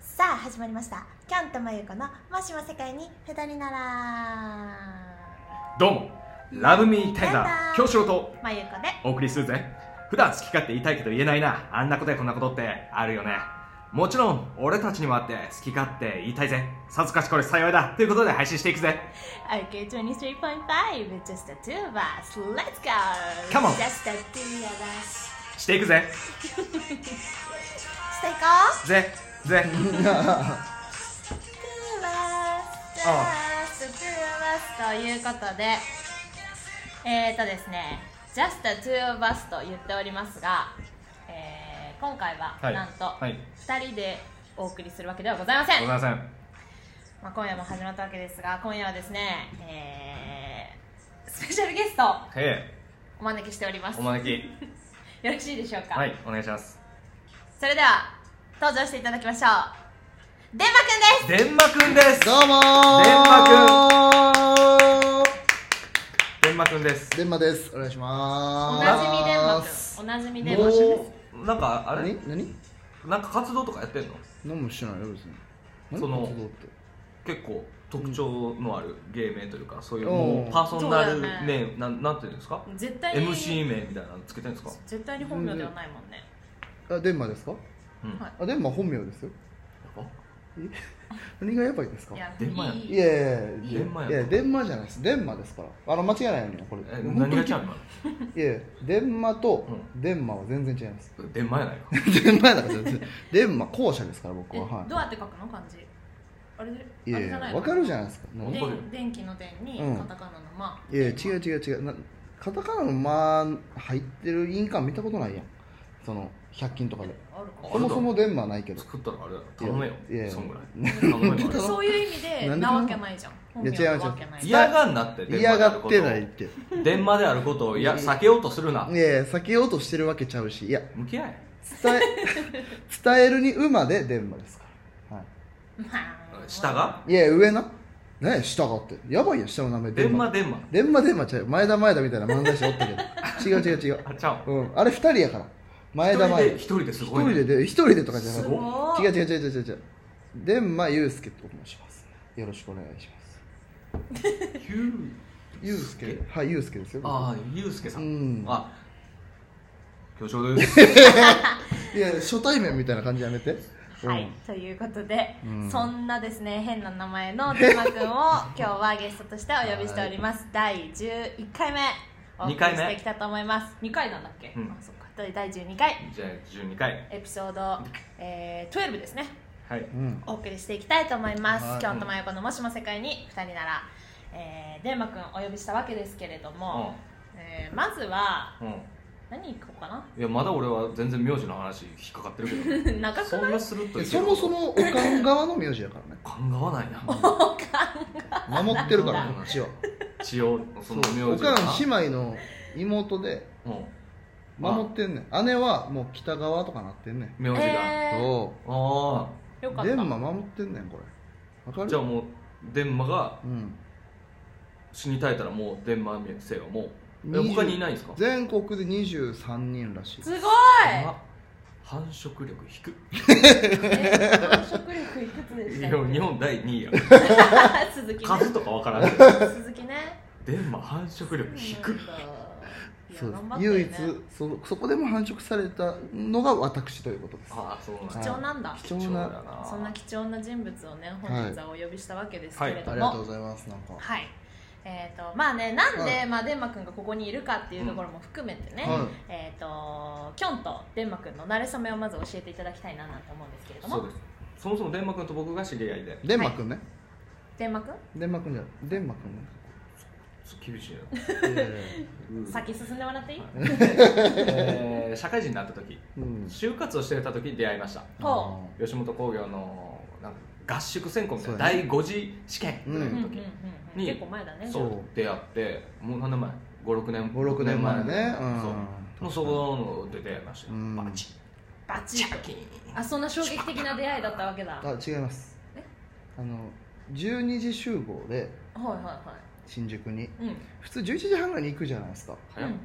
さあ始まりましたキャンとまゆこのもしも世界に二人ならどうもラブミータイガタイガーー京志郎とまゆこでお送りするぜ普段好き勝手言いたいけど言えないなあんなことやこんなことってあるよねもちろん俺たちにもあって好き勝手言いたいぜさぞかしこれ幸いだということで配信していくぜ RK23.5 just the two of us let's go Come on. just the two of us していくぜしていこうぜぜ two of us just the two of us ということでえーとですね just the two of us と言っておりますが、えー、今回はなんとはい二人でお送りするわけではございません、ございませんまあ、今夜も始まったわけですが今夜はですね、えー、スペシャルゲストをへお招きしておりますお招き よろしいでしょうか、はいお願いしますそれでは登場していただきましょうデンマくんですデンマくんですどうもーデンマデンマくんですデンマですお願いしおまなじみデンマくすんおなじみデンマくんもなんかあうれ何何なんか活動とかやってんの何もしてないよ別に何その活動って結構特徴のある芸名というかそういうおーもうパーソナルそうだよネームなんなんていうんですか絶対に MC 名みたいなのつけてるんですか絶対に本名ではないもんね、あデンマですかうんはいあデンマ本名ですよえ何がやばいですかいいややデンマやいいいやいやデンマやいやデンマじゃないですデンマですからあの間違えないようにこれえ本何当がに違うのいやいやデンマとうデンマは全然違います 電話やないかデンマだから全然デンマ後者ですから僕えははいどうやって書くの漢字あれでいあやれいじゃなやいわのかるじゃないですか本当だよで電気の電にうんカタカナのま、いや違う違う違うなカタカナの「ま」入ってる印鑑見たことないやんその100均とかであるかあそもそも電話ないけど作ったらあれだろ頼めよいやいやそんぐらい頼めよあ れそういう意味でなんでなかなわけないじゃん本い名や違う違うなわけないじゃん嫌がんなって電嫌話であがるっことてないっていを電話であることをいや避けようとするなや避けようとしてるわけちゃうしいや向き合え伝え 伝えるに「馬で電話ですから、はまあ下がい、いや上な何や下がってやばいやん下の名前電話馬電話電話電話ちゃう前田前田みたいな漫才師おったけど 違う違う違うあちゃううんあれ2人やから前田一人で前田一人です一ごい人ねでで一人でとかじゃなすくてごい違う違う違う違う違うでんまゆうすけと申しますよろしくお願いしますヒューゆうすけはいゆうすけですよああゆうすけさうんんあ巨匠です いや初対面みたいな感じやめてはい、ということで、うんそんなですね変な名前のテマくんを 今日はゲストとしてお呼びしております第11回目お送り二回目していきたいと思います2回なんだっけ、うんあそっかという第12回じゃあ12回エピソード、えー、12ですねはいうんお送りしていきたいと思います、はい京都真由子の「もしも世界に2人なら」えー、デンマくんお呼びしたわけですけれども、えーまずはうんうん何行こうかないやまだ俺は全然名字の話引っかかってる け 長どくそないんなするといやそもそもおかん側の名字やからね勘が合わないな 守ってるからねうんこっちは血をそのそう名お字がかん姉妹の妹でうん守ってんねん姉はもう北側とかなってんねん名字が、えー、そあよかうっでたんま守ってんねんこれわかあるじゃあもう電馬がうん死に絶えたらもう電馬姓はもうえ20他にいないんですか全国で23人らしいすごいあ繁殖力低いえ繁殖力いくつでいしたやっ日本第2位やけ 鈴木ね数とかわからない 鈴木ね電馬繁殖力低いそうですそう唯一ですねそのそこでも繁殖されたのが私ということですああそうなんだ貴重なんだ貴重ななそんな貴重な人物をね本日はお呼びしたわけですけはいれどもありがとうございますなんかはいえー、とまあねなんで、はいまあ、デンマくんがここにいるかっていうところも含めてね、はいえー、とキョンとデンマくんの馴れ初めをまず教えていただきたいななんて思うんですけれどそうもですそもそも電馬君と僕が知り合いでデンマくんねデンマくんデンマくんじゃないデンマ く厳しいな、んねいやいやいやうん先進んでもらっていい、えー社会人になった時 うん就活をしてた時に出会いましたほ吉本興業のなんか合宿選考みたいな、そうやね第5次試験ぐらういうんうんのうん時、うん、に結構前だねそうそう出会ってもう何年前56年五六年前ねうんそうもうそこので出会いましたようんバチバチチッャキーンあそんな衝撃的な出会いだったわけだはいあ違いますあの12時集合ではいは新宿にいうんうん普通11時半ぐらいに行くじゃないですか早い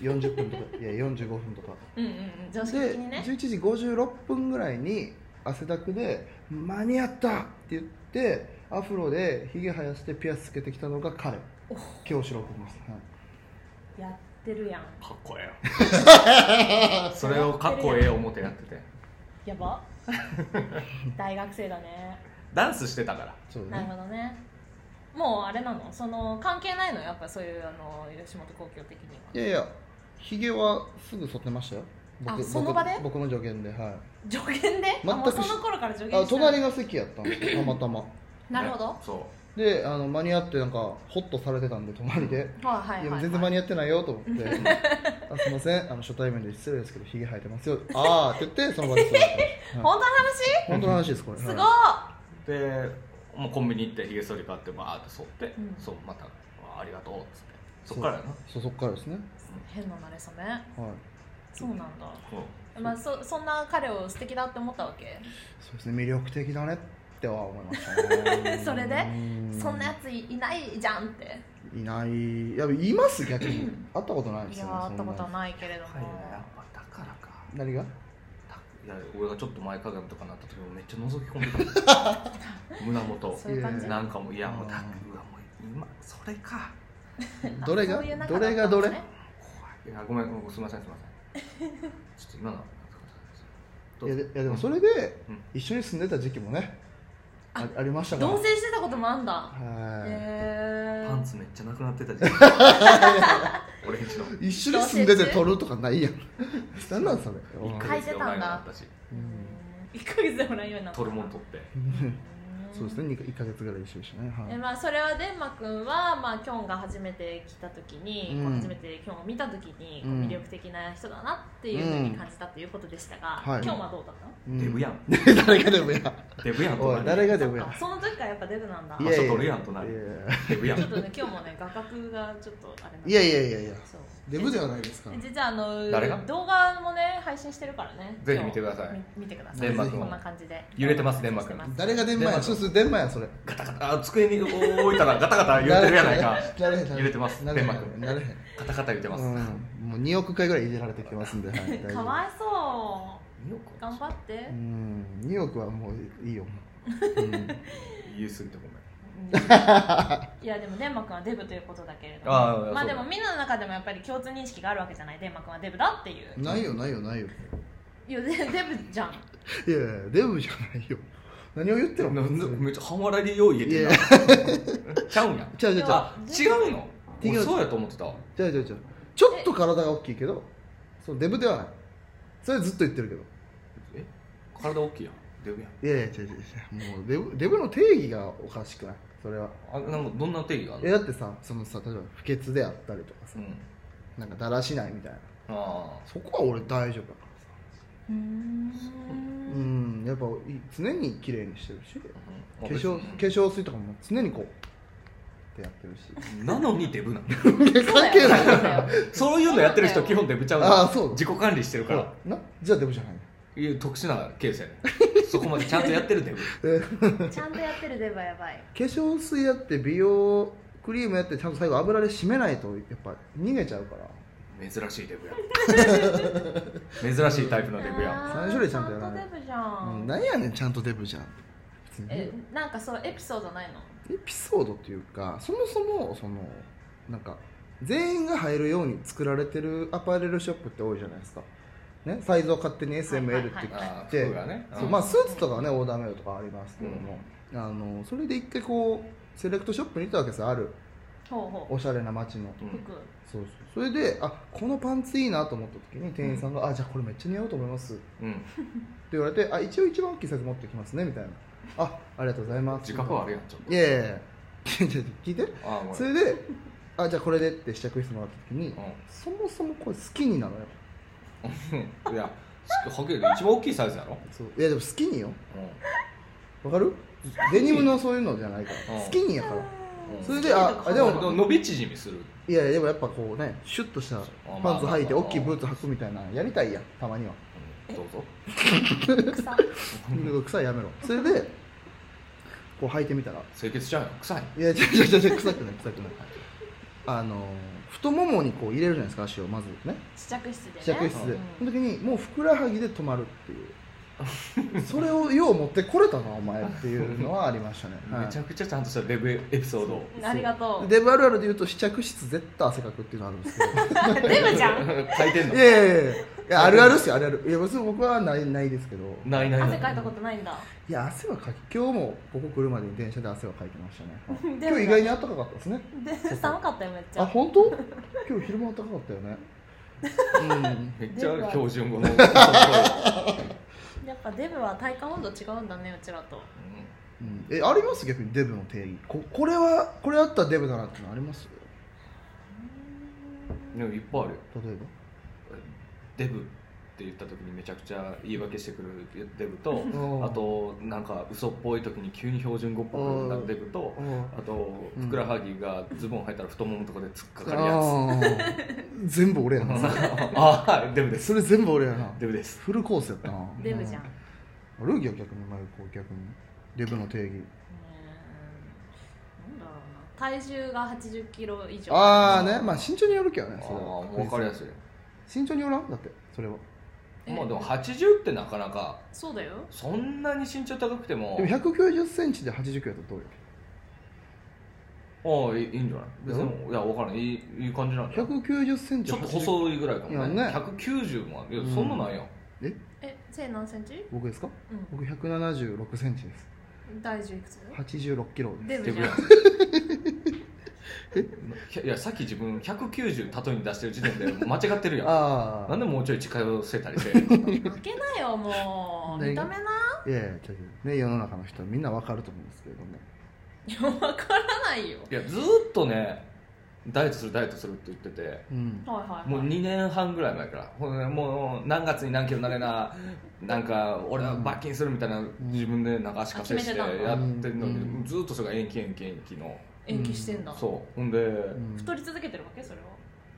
40分とかいや45分とかうんうんうんうん常識で的にね11時56分ぐらいに汗だくで「間に合った!」って言ってアフロでひげ生やしてピアスつけてきたのが彼京志郎君です、はいやってるやんかっこええよそれをかっこええ思ってやっててや ば大学生だねダンスしてたからそうなるねほどねもうあれなのその関係ないのやっぱそういうあの吉本興業的にはいやいやひげはすぐ剃ってましたよあその場で僕僕の助言では助言で全くあもうそしの頃から助いあ言してた隣が席やったんですよたまたまなるほどねそであの間に合ってなんかホッとされてたんで隣ではいはいいやはい全然間に合ってないよと思って あすいませんあの初対面で失礼ですけどひげ生えてますよああって言ってその場で座ってました、はい本当の話本当の話ですこれすごい、はうでもうコンビニ行ってひげ剃り買ってバーって剃って、んそうまたあありがとうっつってそっからやなそうそっからですね変な慣れそめはいそうなんだ、うんまあ、そそんな彼を素敵だって思ったわけそうですね魅力的だねっては思いましたね それでうんそんなやついいないじゃんっていないいやいます逆に会ったことないでいすやよねー会ったことそはんないけれども、はいやっぱだからか何がだいや俺がちょっと前かがみとかなった時もめっちゃ覗き込んで た胸元そういう感じいやなんかもういやもうだあうわもう今それか どれあがそういう中どれだがったんどですれね怖いいやごめんごめんすみませんすみませんちょっと今のいやでいやでもそれれでうん一緒に住んでた時期もねあありましたから同棲してたこともあんだはい、へえパンツめっちゃなくなってた時期俺んちの一緒に住んでて撮るとかないやん何なんそれ1回ヶ月でオンラインになったし1ヶ月でもらえるようになった取るもん取ってそうですね2か1か月ぐらい一緒でしたね、はえい、まあ、それはデンマ君は、まあ、キョンが初めて来た時に、こううん初めてキョンを見た時に、こううん魅力的な人だなっていうふうに感じたということでしたが、うんはいキョンはどうだったの、うんデブやん 誰がデブやデブやんおい隣誰がデブやそっかその時からやっぱデブなんだいや場所取るやん隣いやデブやんちょっとね今日もね画角がちょっとあれなんいやいやいやいやそうデブではないですから実はあの誰が動画もね配信してるからねぜひ見てください今日み見てくださいデンマ君こんな感じで揺れてますデンマ君誰がデブデやブんそうそうデブやんそれガタガタあ机に置いたらガタガタ言ってるやないかなれへんなれへん揺れてますなれへんデンマ君なれへんガタガタ言ってます、うんもう2億回ぐらいいじられてきてます んで、はい、大丈夫かわいそういいよ頑張って、 うん2億はもういいよ、うん、言い過ぎてごめんいやでもデンマ君はデブということだけれどもああまあそうでだもみんなの中でもやっぱり共通認識があるわけじゃないデンマ君はデブだっていう ないよないよないよいやでデブじゃんいやいやデブじゃないよ何を言ってるのなめっちゃ半笑いで用意入れてるいな ちゃうんやちゃうちゃうちゃうあ違うの違う俺そうやと思ってたじゃあじゃあじゃあちょっと体が大きいけどそうデブではないそれずっと言ってるけどえ体大きいやんデブやんいやいや違う違う違うもうデブデブの定義がおかしくないそれはあなんかどんな定義があえるのだってさそのさ例えば不潔であったりとかさうんなんかだらしないみたいなあそこは俺大丈夫だからさうーうんんやっぱい常に綺麗にしてるしあ化粧化粧水とかも常にこうってやってるし なのにデブなのそうだ関係よないそうだよそういうのやってる人基本デブちゃうのあーそう自己管理してるほかららなじゃあデブじゃないいう特殊なケースやねそこまでちゃんとやってるデブえーちゃんとやってるデブはやばい化粧水やって美容クリームやってちゃんと最後油で締めないとやっぱ逃げちゃうから珍しいデブやん珍しいタイプのデブやんあー三種類ちゃんとやらなちいゃんとデブじゃうん、ん、なんやねんちゃんとデブじゃんえエなんかそうエピソードないのピソードっていうかそもそもそのなんか全員が入るように作られてるアパレルショップって多いじゃないですか、ね、サイズを勝手にはいはい SML ってはい切あーって、服がねそうまあ、スーツとかはねオーダーメイドとかありますけども、あのそれで一回こうセレクトショップに行ったわけですよあるほうほおしゃれな街のううん服そうそうそれであこのパンツいいなと思った時に店員さんが「あじゃあこれめっちゃ似合うと思います」ってうん言われて「あ一応一番大きいサイズ持ってきますね」みたいな「あありがとうございます」自覚はあるやんちょっいやいやいやちょっと聞いてとああごそめんれであじゃあこれでって試着してもらった時に、そもそもこれ好きになのようんいやはっきり言って一番大きいサイズやろそういやでも好きにようわかるデニムのそういうのじゃないからうん好きにやからんうんそれでああででもも伸び縮みするいやいやでもやっぱこうねシュッとしたあまあパンツ履いてまあ大きいブーツ履くみたいなのやりたいやんたまにはうんどうぞ草で臭 いやめろそれでこう履いてみたら清潔ちゃうよ臭いいや違う違う違う臭くない臭くないあの太ももにこう入れるじゃないですか足をまずね試着室でね試着室で、うんその時にもうふくらはぎで止まるっていう それをよう持ってこれたなお前っていうのはありましたね、はいめちゃくちゃちゃんとしたデブエピソードをありがとうデブあるあるで言うと試着室絶対汗かくっていうのあるんですけ デブじゃん書いてんのどいやいやいやいやあるあるっすよあるあるいや別に僕はないないですけどないないない汗かいたことないんだいや汗はかき今日もここ来るまでに電車で汗はかいてましたね で今も日意外に暖かかったですねで寒かったよめっちあゃ本当 今日昼間暖かかったよねうんめっちゃ標準語 のやっぱデブは体感温度違うんだねうちらとうんえあります逆にデブの定義ここれはこれあったらデブだなっていうのありますでもいっぱいあるよ例えデブって言った時にめちゃくちゃ言い訳してくるデブとばあとなんか嘘っぽい時に急に標準語っぽくなるデブとうんあとうんふくらはぎがズボン履いたら太もものとかで突っかかるやあー 全部俺 やなつああはいデブですそれ全部俺やなデブですフルコースやったなデブじゃん、うある逆にマユコ逆にデブの定義ーんなんだろうな体重が8 0キロ以上ああねまあ身長によるけどねあそれはあ分かりやすい身長によらんだってそれはえまあでも80ってなかなかそうだよそんなに身長高くてもでも1 9 0ンチで8 0キロだったらどうよああいいいいんじゃない別にいや分からんいいいい感じなんじゃない1 9 0ンチちょっとい細いぐらいかもねいやね190もあるいやそんなないよ、ええ背何センチ僕ですかう僕1 7 6ンチですん体重いくつ8 6キロですデブじデブゃやんんいやさっき自分190例えに出してる時点で間違ってるやんあなんでもうちょい近寄せたりして負けなよ もう何見がた目ないやいやちょっとね世の中の人はみんなわかると思うんですけれどもいや 分からないよいやずーっとねダイエットするダイエットするって言っててうんはいはいはいもう2年半ぐらい前からほんでもう何月に何キロになれななんか俺は罰金するみたいな自分でなんか足かせしてあやっ決めててたんだるのに、うんずーっとそれが延期延期延期の延期してんだ、そうほんで、うん太り続けてるわけそれは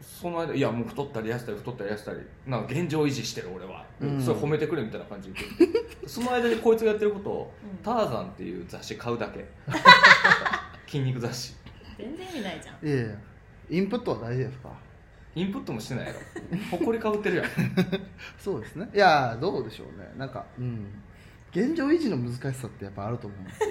その間いやもう太ったり痩せたり太ったり痩せたりなんか現状維持してる俺は、うんそれ褒めてくれみたいな感じで言ってその間にこいつがやってることをうん「ターザン」っていう雑誌買うだ け筋肉雑誌全然意味ないじゃんいやいやインプットは大事ですかインプットもしてないや ろほこりかぶってるやんそうですねいやーどうでしょうねなんかうん現状維持の難しさってやっぱあると思うんですよ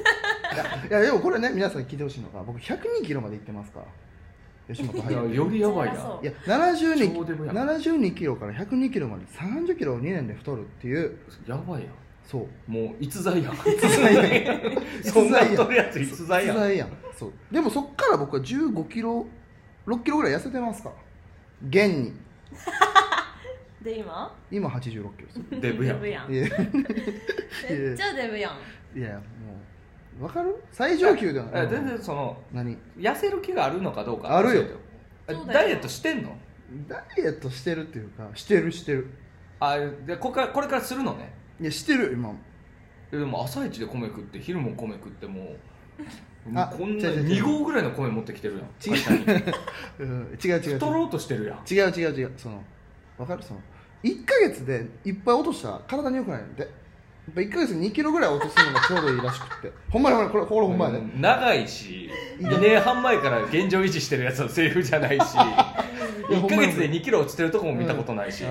いやいやでもこれね皆さん聞いてほしいのが僕102キロまで行ってますから吉本入いやよりやばいそりゃそなういや72ちょうどやん72キロから102キロまで30キロを2年で太るっていうやばいやんそうもう逸材やん材やん そんな太るやつ逸材やんやんそうでもそっから僕は15キロ6キロぐらい痩せてますから現にで今今86キロですデブやデんブやんいやめっちゃデブやんいやもうわかる最上級ではないえ全然その何痩せる気があるのかどうかあるよえそうだよダイエットしてんのダイエットしてるっていうかしてるしてるあでこれからこれからするのねいやしてる今もえでも朝一で米食って昼も米食ってもうもあうこんな違う違う違う2合ぐらいの米持ってきてるやん違う会社にうん違う違う違う太ろうとしてるやん違う違う違うそのわかるその1ヶ月でいっぱい落としたら体に良くないんでやっぱ1ヶ月に2キロぐらい落とすのがちょうどいいらしくってほんまにほんまにこれこれほんまやで、うん長いし2年半前から現状維持してるやつのセリフじゃないし1ヶ月で2キロ落ちてるとこも見たことないし、あ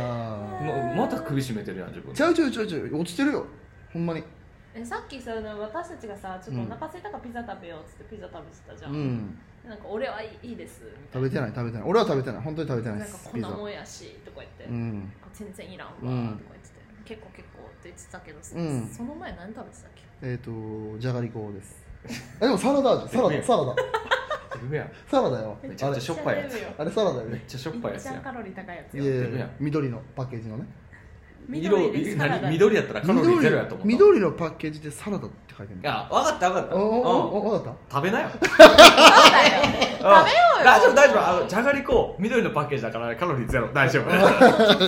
ままた首絞めてるやん自分ーちゃうちゃうちゃうちゃう落ちてるよほんまにえさっきその私たちがさちょっとお腹空いたからピザ食べようっつってピザ食べてたじゃ、うんんなんか俺はいいですみたい食べてない食べてない俺は食べてない本当に食べてななないでんかすこんなもんやしとか言って、うんあ全然いらんわとかう言っんてて、結構結構って言ってたけどさ、うんその前何食べてたっけえっ、とじゃがりこですあでもサラダ味サラダサラダデブやんサラダよめちあゃくちゃれしょっぱいやつめっちゃあれサラダよめっねちゃしょっデブぱよいいやっつちやゃんカロリー高いやついよやいデブややん緑のパッケージのね緑で色すサラ何ダ緑やったらカロリーゼロやと思った緑のパッケージでサラダって書いてるあ分かった分かったおおうんおお分かっ食べなよそうだよ食べようよ大丈夫大丈夫あのじゃがりこ緑のパッケージだからカロリーゼロ大丈夫だ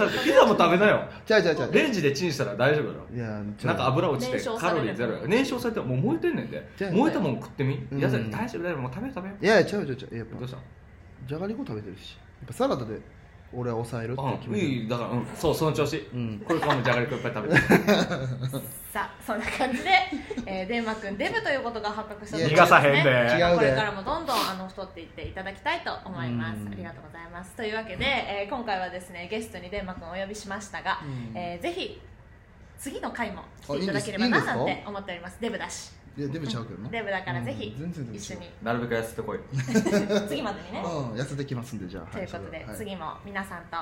ってピザも食べなよたちゃうちゃうちゃうレンジでチンしたら大丈夫だろいやちょなんか油落ちて燃焼カされロるリーゼロや燃焼されてもう燃えてんねんでじゃあ燃えたもん食ってみうん野菜大丈夫大丈夫もう食べよう食べよいやいやちゃうちゃうちゃうやっうどぱうしたじゃがりこ食べてるしやっぱサラダで俺は抑えるって決うんめてるいいだからうんそうその調子うんこれからもじゃがりこいっぱい食べてさあそんな感じで、えー、デンマくんデブということが発覚したという逃こがとさですねへんで違うこでれからもどんどんあの太っていっていただきたいと思いますうんありがとうございますというわけで、えー今回はですねゲストにデンマくんをお呼びしましたが、うんえーぜひ次の回も来ていただければあいいんなですなんて思っておりますデブだしいやデブちゃうけどなデブだからぜひうん全然全然一緒になるべく痩せてこい次までにねうん痩せてきますんでじゃあということはでは次も皆さんと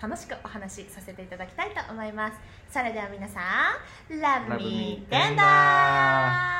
楽しくお話しさせていただきたいと思いますそれでは皆さんラブミーテンダー